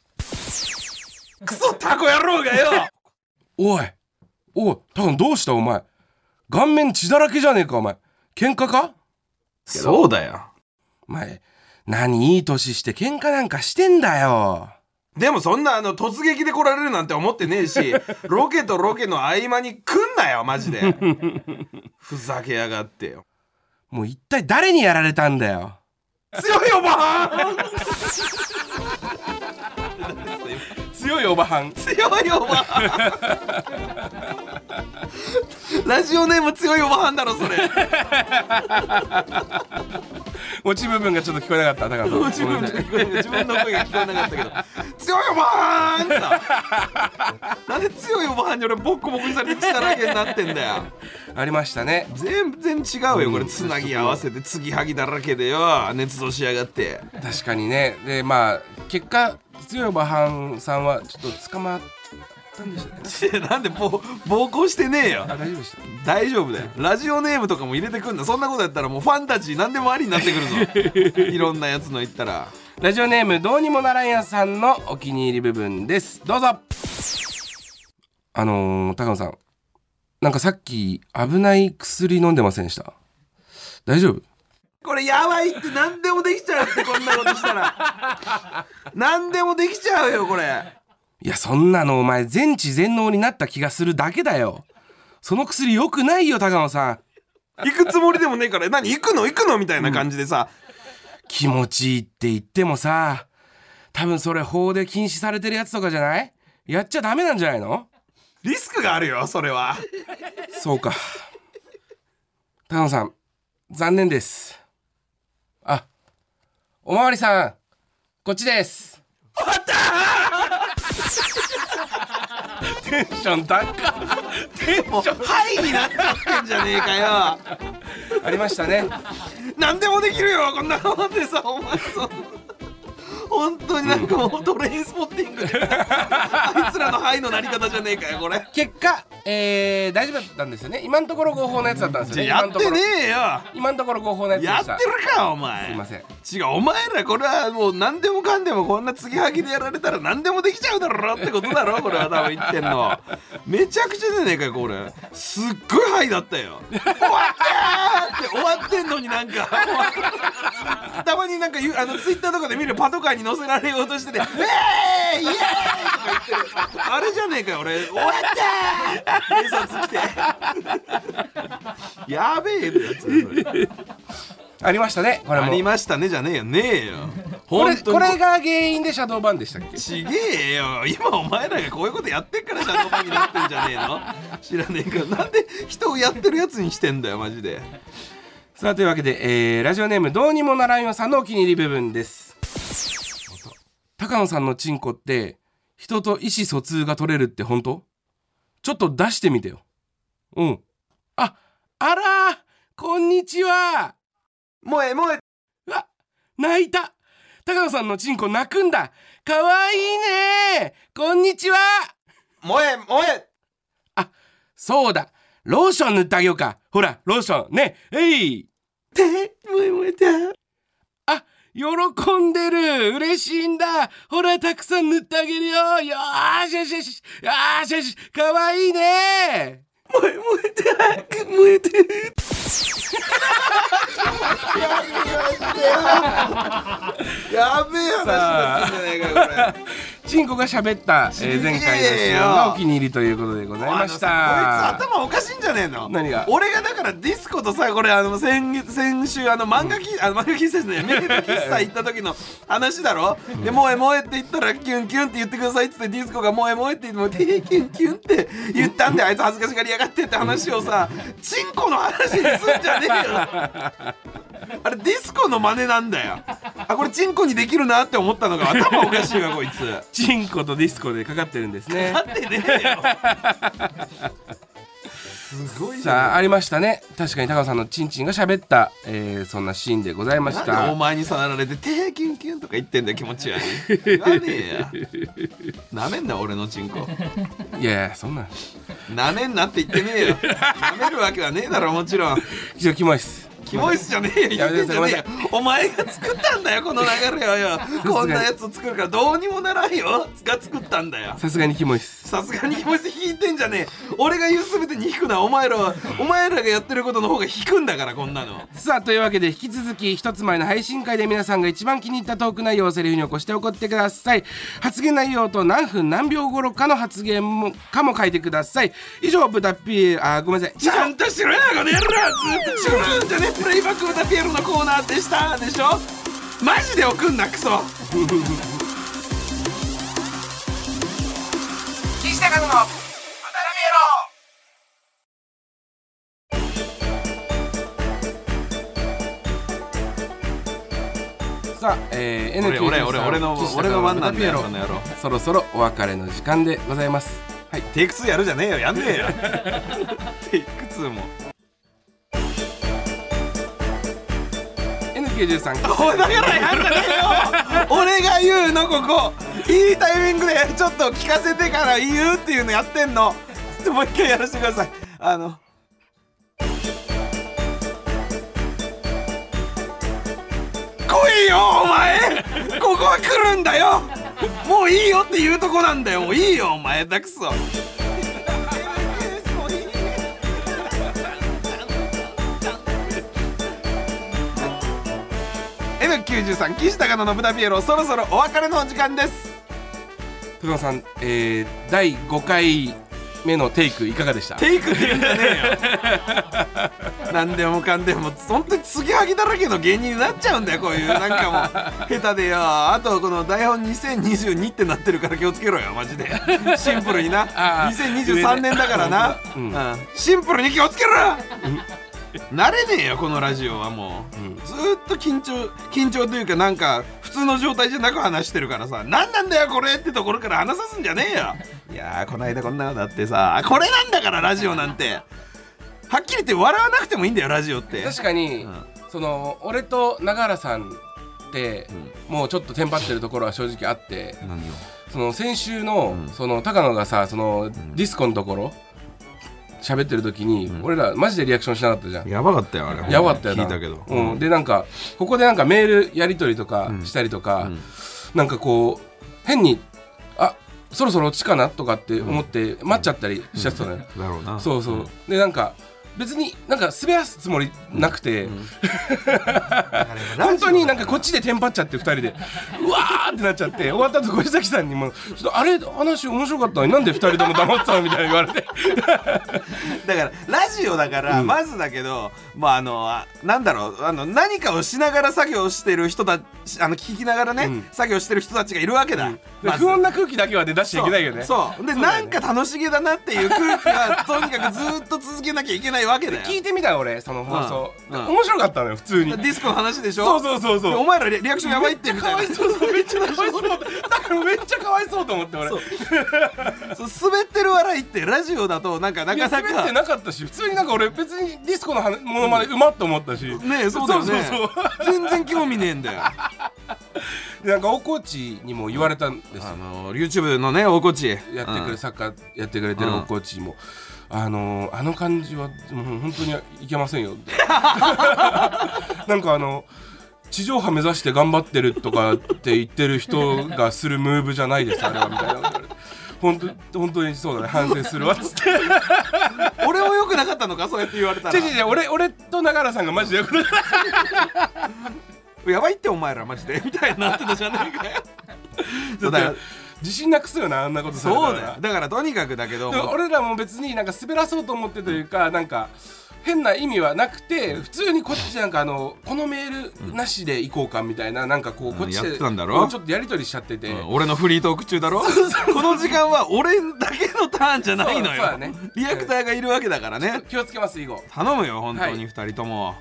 S2: クソタコ野郎がよ
S3: おいおい多分どうしたお前顔面血だらけじゃねえかお前喧嘩か
S2: そうだよ
S3: お前何いい年して喧嘩なんかしてんだよ
S2: でもそんなあの突撃で来られるなんて思ってねえしロケとロケの合間に来んなよマジ でふざけやがってよ
S3: もう一体誰にやられたんだよ
S2: 強いよバーン
S3: 強いおばはん
S2: 強いおばはんラジオネーム強いおばはんだろそれ
S3: 落ち部分がちょっと聞こえなかった高野さ
S2: 自
S3: んご
S2: 分
S3: めんなさい
S2: 自分の声が聞こえなかったけど「強いおばあん!」なんで強いおばあんに俺ボッコボコにされて血だらけになってんだよ
S3: ありましたね
S2: 全然違うよこれつなぎ合わせて継ぎはぎだらけでよ熱造しやがって
S3: 確かにねでまあ結果強いおばはんさんはちょっと捕まったんでしたっけ
S2: い
S3: ね
S2: やなんで暴暴行してねえよ
S3: あ大丈夫でした
S2: 大丈夫だよラジオネームとかも入れてくんだそんなことやったらもうファンタジー何でもありになってくるぞいろんなやつの言ったら
S3: ラジオネームどうにもならんやさんのお気に入り部分ですどうぞあのー、高野さんなんかさっき危ない薬飲んでませんでした大丈夫
S2: これやばいって何でもできちゃうってこんなことしたら何でもできちゃうよこれ
S3: いやそんなのお前全知全能になった気がするだけだよその薬良くないよ高野さん
S2: 行くつもりでもねえから何行くの行くのみたいな感じでさ、
S3: 気持ちいいって言ってもさ多分それ法で禁止されてるやつとかじゃないやっちゃダメなんじゃないの
S2: リスクがあるよそれは
S3: そうか高野さん残念ですあおまわりさんこっちです終わった テンション高
S2: もう「はい」になっちゃってんじゃねえかよ
S3: ありましたね
S2: 何でもできるよこんなもんでさお前そう本当になんかもうトレインスポッティングあいつらの範囲のなり方じゃねえかよこれ
S3: 結果、えー、大丈夫だったんですよね今のところ合法のやつだったんですよね
S2: やってねえよ
S3: 今のところ今のところ合法のやつで
S2: や
S3: し
S2: ったてるかお
S3: す
S2: 前
S3: いません
S2: 違うお前らこれはもう何でもかんでもこんな継ぎはぎでやられたら何でもできちゃうだろってこと だろこれは多分言ってんのめちゃくちゃじゃねえかよこれすっごいハイだったよ終わったーって終わってんのになんか たまになんかゆあのツイッターとかで見るパトカーに乗せられようとしてて「えーイイエーイ!」とか言ってるあれじゃねえかよ俺終わったー警察来てやべえってやつだよそれ
S3: ありましたねこれ
S2: あり
S3: も
S2: ましたねじゃねえよねえよ
S3: これ
S2: 本当
S3: こ
S2: に
S3: れが原因でシャドーバンでしたっけ
S2: ちげえよ今お前らがこういうことやってっからシャドーバンになってんじゃねえの知らねえからなんで人をやってるやつにしてんだよマジで
S3: さあというわけで、えーラジオネームどうにもならんよさんのお気に入り部分です高野さんのチンコって人と意思疎通が取れるって本当ちょっと出してみてようんああらーこんにちは
S2: もうええもうええ
S3: うわ泣いた高野さんのチンコ泣くんだかわいいねこんにちは
S2: もうええもうえ
S3: そうだローション塗ってあげようかほらローションねえい
S2: えてもうええもうええて
S3: あ、喜んでる嬉しいんだほら、たくさん塗ってあげるよよーしよしよしよーしよしかわいいね
S2: もうええもうええて早くもうええてやべえ話になってんじゃねえかよこれ
S3: チンコが喋った、えー前回のシーンがお気に入りということでございまし
S2: あのさこ
S3: た
S2: いつ頭おかしいんじゃねえの
S3: 何が
S2: 俺がだからディスコとさこれあの先月先週あの漫画き、あの漫画喫茶じゃないメイド喫茶行った時 の話だろ、で「萌え萌え」って言ったら「キュンキュン」って言ってくださいっつってディスコが「萌え萌え」って言ってもうて「キュンキュン」って言った んであいつ恥ずかしがりやがってって話をさチンコの話にすんじゃねえよ あれディスコの真似なんだよあこれチンコにできるなって思ったのが頭おかしいわこいつ
S3: チンコとディスコでかかってるんですね
S2: 勝ってねえよすごいじゃん
S3: さあ、ありましたね確かに高野さんのチンチンが喋った、えーそんなシーンでございまし
S2: なんでお
S3: た
S2: 前に触られて「てーキュンキュン」とか言ってんだよ気持ち悪い言わねえやなめんな俺のチンコ
S3: いやいや、そんな
S2: なめんなって言ってねえよなめるわけはねえだろもちろん
S3: 非常にキモいっす
S2: キモいっすじゃねえよ言
S3: や
S2: っ
S3: め
S2: てん
S3: てく
S2: じ
S3: だ
S2: ゃ
S3: さ
S2: ね
S3: い
S2: えよお前が作ったんだよこの流れは よこんなやつを作るからどうにもならんよが作ったんだよ
S3: さすがにキモいっす
S2: さすがに気持ち引いてんじゃねえ俺が言う全てに引くなお前らはお前らがやってることの方が引くんだからこんなの
S3: さあというわけで引き続き一つ前の配信会で皆さんが一番気に入ったトーク内容をセリフに起こして送ってください発言内容と何分何秒頃かの発言もかも書いてください以上豚ピーあーごめんなさい
S2: ちゃんとしろよこの野郎ずっとしろんじゃねえプレイバック歌ピエロのコーナーでしたでしょマジで送んなクソ
S3: 岸田和のさあ、えー、
S2: 俺
S3: NK
S2: 俺俺俺の俺の番なんだよこの野郎
S3: そろそろお別れの時間でございます
S2: はいテイク2やるじゃねえよやんねえよテイク2も
S3: NK13
S2: おいだからやんじゃねえよ俺が言うのここいいタイミングでちょっと聞かせてから言うっていうのやってんのちょっともう一回やらせてくださいあの来いよお前ここは来るんだよもういいよっていうとこなんだよもういいよお前だくそ93岸高の信田ピエロそろそろお別れのお時間です
S3: 高野さん、えー、第5回目のテイクいかがでした
S2: テイクって言うんじゃねえ よなんでもかんでも本当に継ぎはぎだらけの芸人になっちゃうんだよこういうなんかもう下手でよあとこの台本2022ってなってるから気をつけろよマジでシンプルにな
S3: あー
S2: 2023年だからな、
S3: う
S2: うんんシンプルに気をつけろ慣れねえよこのラジオはもう、
S3: うん
S2: ずーっと緊張緊張というかなんか普通の状態じゃなく話してるからさ何なんだよこれってところから話さすんじゃねえよいやーこの間こんなことあってさこれなんだからラジオなんてはっきり言って笑わなくてもいいんだよラジオって
S3: 確かに、
S2: うん
S3: その俺と永原さんって、もうちょっとテンパってるところは正直あって
S2: 何を
S3: その先週の,、
S2: うん
S3: その高野がさその、ディスコのところ喋ってる時に、俺らマジでリアクションしなかったじゃん。
S2: やばかったよあれ
S3: やばかったよな
S2: 聞いたけど、
S3: うん、でなんかここでなんかメールやり取りとか
S2: うん
S3: したりと
S2: う
S3: か、
S2: ん
S3: なんかこう変にあそろそろ落ちかなとかって思って待っちゃったりしちゃってたのよ、
S2: だろうな
S3: そうそう、でなんか別になんか滑らすつもりなくて、本
S2: 本
S3: 当になんかこっちでテンパっちゃって2人で うわーってなっちゃって終わった後小崎さんにも「ちょっとあれ話面白かったのになんで2人とも黙ってたの?」みたいに言われて
S2: だからラジオだから、まずだけどまああのあなんだろうあの何かをしながら作業してる人たちあの聞きながらね、
S3: うん
S2: 作業してる人たちがいるわけだ、
S3: で
S2: まず
S3: 不穏な空気だけは出だしちゃいけないよね
S2: そうそうでなんか楽しげだなっていう空気はとにかくずっと続けなきゃいけないわけだよ
S3: 聞いてみたの俺その放送、
S2: うんうん
S3: 面白かったのよ普通に
S2: ディスコの話でしょ
S3: そうそうそう
S2: で
S3: そ
S2: お
S3: う
S2: 前らリリアクションやばいってみたいな
S3: めっちゃかわいそうめっちゃかわいそうだからめっちゃかわいそうと思って俺
S2: そう そう滑ってる笑いってラジオだとなんかないか
S3: や
S2: な
S3: 滑って
S2: か
S3: なかったし普通になんか俺別にディスコの話ものまねうまっと思ったし、
S2: ねえそうだよね
S3: そうそうそう
S2: 全然興味ねえんだよ
S3: でなんか大河内にも言われたんですよ
S2: あの YouTube のね大河内
S3: やってくれ、
S2: うん
S3: サッカーやってくれてる
S2: うん
S3: 大河内も、あのーあの感じはもう本当にいけませんよって なんかあの地上波目指して頑張ってるとかって言ってる人がするムーブじゃないですあれはみたいなこと言われて本当本当にそうだね反省するわっつって
S2: 俺も良くなかったのかそうやって言われたら
S3: 違う違う違う俺俺と永原さんがマジでよくない
S2: やばいってお前らマジで みたいになってたじゃねえかよ そうだから
S3: 自信なくすよなあんなことされたら
S2: そうだよだからとにかくだけど
S3: でも俺らも別になんか滑らそうと思ってというかなんか変な意味はなくて普通にこっちなんかあのこのメールなしで行こうかみたいななんかこうこっち
S2: やっ
S3: で
S2: てたんだろ
S3: こうちょっとやり取りしちゃってて、
S2: うん俺のフリートーク中だろこの時間は俺だけのターンじゃないの
S3: そう
S2: よ
S3: だね
S2: リアクターがいるわけだからね
S3: 気をつけます以後
S2: 頼むよ本当
S3: はい
S2: に2人とも、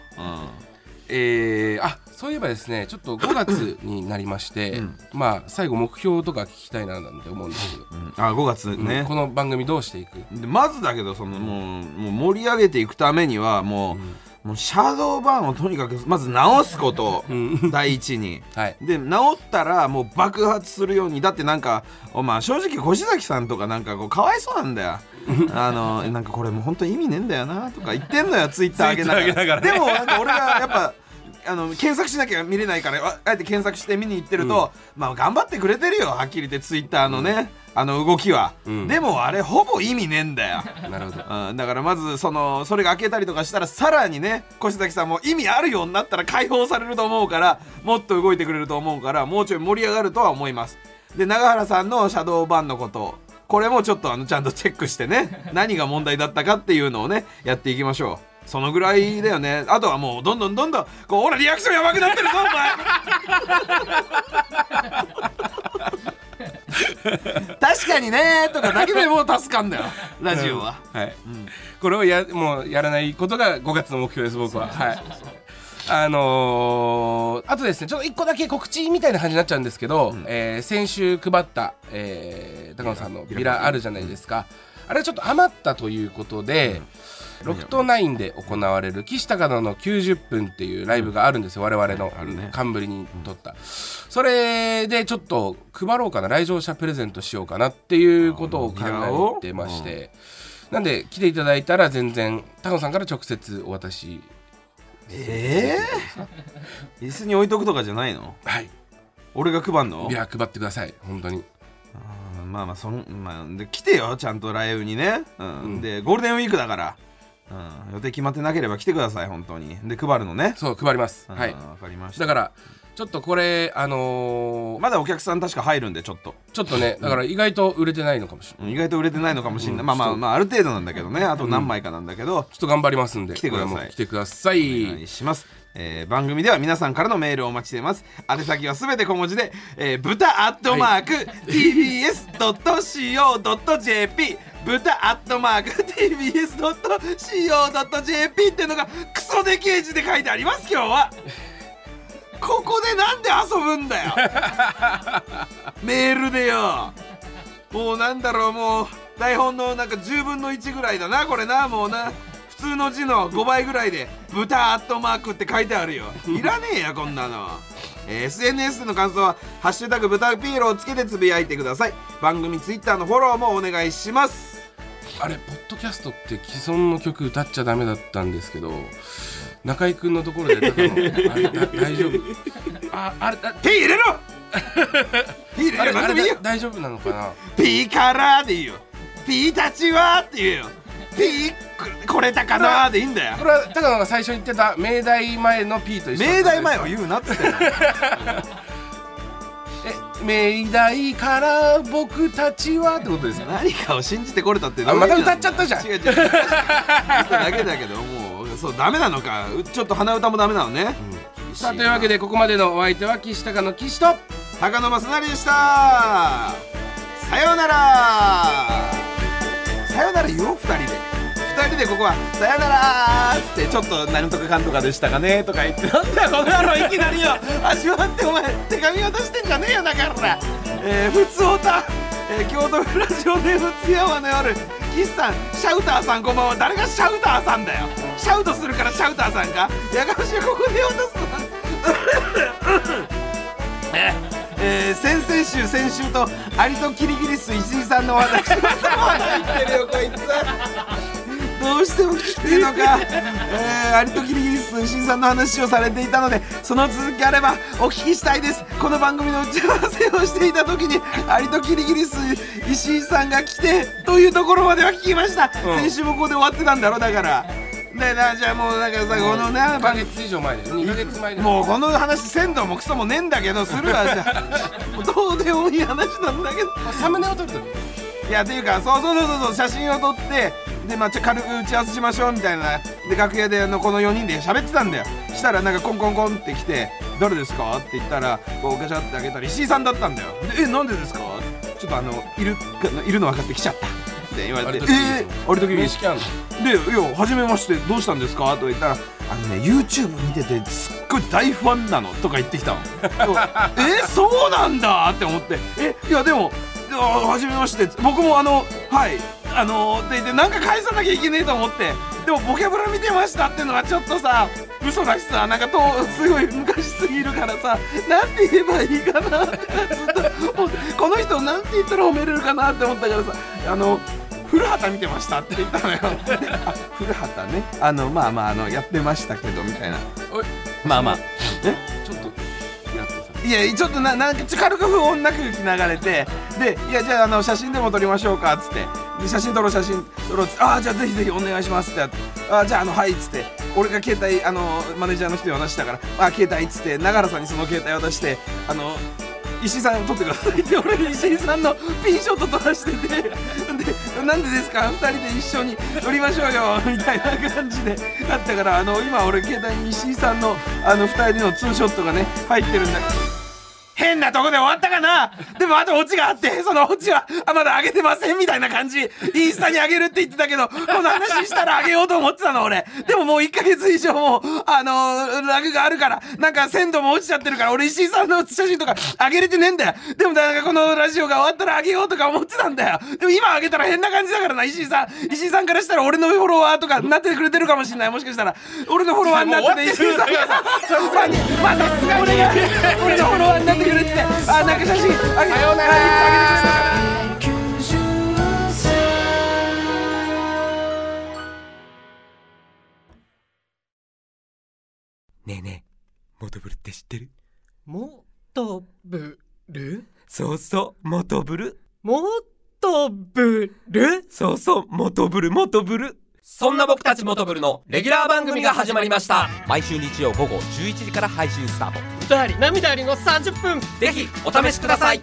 S3: えー、あそういえばですねちょっと5月になりまして、
S2: ん
S3: まあ最後目標とか聞きたいななんて思うんですけど、
S2: うん、うんあ5月
S3: うん
S2: ね
S3: こ、の番組どうしていく
S2: でまずだけどそのもうもう盛り上げていくためにはもう,、もうシャドーバーンをとにかくまず直すこと、第一に。
S3: はい
S2: で治ったらもう爆発するようにだってなんかお前正直越崎さんとかなんかこうかわいそうなんだ よあのなんかこれもう本当に意味ねえんだよなとか言ってんのよツイッター上げながら
S3: Twitter 上げながらね
S2: でもなんか 俺がやっぱあの検索しなきゃ見れないからああえて検索して見に行ってると、まあ頑張ってくれてるよはっきり言ってツイッターのね、あの動きは、
S3: うん
S2: でもあれほぼ意味ねえんだよ
S3: なるほど
S2: うん、だからまずそのそれが開けたりとかしたらさらにね越崎さんも意味あるようになったら解放されると思うからもっと動いてくれると思うからもうちょい盛り上がるとは思いますで永原さんのシャドーバンのことこれもちょっとあのちゃんとチェックしてね何が問題だったかっていうのをねやっていきましょうそのぐらいだよねあとはもうどんどんどんどんこうほらリアクションやばくなってるぞお前確かにねとかだけでもう助かんだよラジオは。
S3: はい、これをやもうやらないことが5月の目標です僕ははいあのーあとですねちょっと1個だけ告知みたいな感じになっちゃうんですけど、えー先週配った、えー高野さんのビラあるじゃないですか、あれちょっと余ったということで、6と9で行われる岸高野の90分っていうライブがあるんですよ、我々の
S2: あるね
S3: 冠に撮った、それでちょっと配ろうかな来場者プレゼントしようかなっていうことを考えてまして、なんで来ていただいたら全然高野さんから直接お渡し
S2: ええ椅子に置いとくとかじゃないの
S3: はい
S2: 俺が配んの
S3: ビラ配ってください本当に
S2: あーまあまあそん、まあ、で来てよちゃんとライブにね、うん
S3: うん
S2: でゴールデンウィークだから、うん、予定決まってなければ来てください本当にで配るのね
S3: そう配ります
S2: うん
S3: はい
S2: わかりました
S3: だからちょっとこれあのー
S2: まだお客さん確か入るんでちょっと
S3: ちょっとねだから意外と売れてないのかもしれない
S2: うん意外と売れてないのかもしれない、
S3: うん
S2: まあま
S3: そ
S2: あ
S3: う
S2: まあある程度なんだけどねあと何枚かなんだけど、
S3: ちょっと頑張りますんで
S2: 来てください
S3: これも来てください
S2: お願いします、えー番組では皆さんからのメールをお待ちしています宛先はすべて小文字で、えー、豚アットマーク TBS.CO.JP 豚アットマーク TBS.CO.JP っていうのがクソでけえ字で書いてあります今日はここでなんで遊ぶんだよメールでよもうなんだろうもう台本のなんか10分の1ぐらいだなこれなもうな普通の字の5倍ぐらいで「豚アットマーク」って書いてあるよいらねえやこんなの。えー SNS の感想は「ハッシュタグ豚ピエロ」をつけてつぶやいてください番組 Twitter のフォローもお願いします
S3: あれポッドキャストって既存の曲歌っちゃダメだったんですけど中居君のところで歌 ったのあれだ大丈夫ああれだ
S2: ピー入れ ろピー入
S3: あ
S2: れろな
S3: れあ
S2: んでもいい
S3: れ
S2: よ
S3: だ大丈夫なのかな
S2: ピーからーでいいよピーたちはーって言うよピーこれたかなーでいいんだよ
S3: これは高野が最初に言ってた明大前の P と一緒
S2: 明大前を言うなっつってんの
S3: え明大から僕たちはってことですか
S2: 何かを信じてこれたって
S3: あまた歌っちゃったじゃん
S2: 違う違う違う歌だけだけどもうそうダメなのかうちょっと鼻歌もダメなのね、
S3: さあというわけでここまでのお相手は岸高野岸と
S2: 高野正成でしたさようならさようなら言おう二人で二人でここは「さようなら」っつってちょっと「何とかかんとかでしたかね」とか言ってなんだよこの野郎いきなりよ味わってお前手紙渡してんじゃねえよだからえー、ふつおた、えー、京都府ラジオネーム津山の夜岸さんシャウターさんこんばんは誰がシャウターさんだよシャウトするからシャウターさんかやかましいここで落とすのえー先々週先週とアリとキリギリス石井さんの話が入ってるよこいつどうしても聞きてえのか、えーアリとキリギリス石井さんの話をされていたのでその続きあればお聞きしたいですこの番組の打ち合わせをしていた時にアリとキリギリス石井さんが来てというところまでは聞きました、
S3: うん
S2: 先週もここで終わってたんだろだからでなじゃあもうなんかさこのな
S3: 1ヶ月以上前で2ヶ月前で
S2: もうこの話鮮度もクソもねえんだけどするわじゃあもうどうでもいい話なんだけど
S3: サムネを撮ると
S2: いやっていうかそうそうそうそうそう写真を撮ってでまあちょ軽く打ち合わせしましょうみたいなで楽屋であのこの4人で喋ってたんだよしたらなんかコンコンコンって来て「誰ですか?」って言ったらこうガチャって開けたら石井さんだったんだよで「えなんでですか?」ちょっとあのいるいるの分かってきちゃった」って言われて「
S3: あれ
S2: え
S3: 時々
S2: ー、あれ時々
S3: 面識あんの
S2: で「いや初めましてどうしたんですか?」とか言ったら「あのね YouTube 見ててすっごい大ファンなの」とか言ってきたの。そうえそうなんだって思って「えいやでもいや初めまして僕もあのはいあの」って言ってなんか返さなきゃいけねえと思ってでもボキャブラ見てましたっていうのがちょっとさ嘘だしさなんかとすごい昔すぎるからさなんて言えばいいかなってずっと思って この人なんて言ったら褒めれるかなって思ったからさあの古畑見てましたって言ったのよあ 古畑ねあのまあまああのやってましたけどみたいな
S3: おい
S2: まあまあ
S3: ちょっとやってさ
S2: いやちょっとななんか軽く不穏な空気流れてで「いやじゃああの写真でも撮りましょうか」っつってで「写真撮ろう写真撮ろう」っつって「ああじゃあぜひぜひお願いします」ってやって「ああじゃああのはい」っつって俺が携帯あのマネージャーの人に渡したから「ああ携帯」っつって永原さんにその携帯渡してあの石井さんを撮ってくださいって俺に石井さんのピンショット撮らせててで「なんでですか2人で一緒に撮りましょうよ」みたいな感じでだったからあの今俺携帯に石井さんのあの2人のツーショットがね入ってるんだ
S3: 変なとこで終わったかなでもあとオチがあってそのオチはあまだ上げてませんみたいな感じインスタに上げるって言ってたけどこの話したら上げようと思ってたの俺でももう1ヶ月以上もうあのーラグがあるからなんか鮮度も落ちちゃってるから俺石井さんの写真とか上げれてねえんだよでもなんかこのラジオが終わったら上げようとか思ってたんだよでも今上げたら変な感じだからな石井さん石井さんからしたら俺のフォロワーとかなってくれてるかもしれないもしかしたら俺のフォロワーになってて石井さんがさすがにまあさすがに俺が俺のフォロワーになってくれててあなんか写真あげさようなら
S5: ねえねえモトブルって知ってる
S6: もとぶる
S5: そうそうモトブル
S6: もとぶる
S5: そうそうモトブルモトブルそんな僕たちモトブルのレギュラー番組が始まりました毎週日曜午後11時から配信スタート
S6: 歌あり涙ありの30分
S5: ぜひお試しください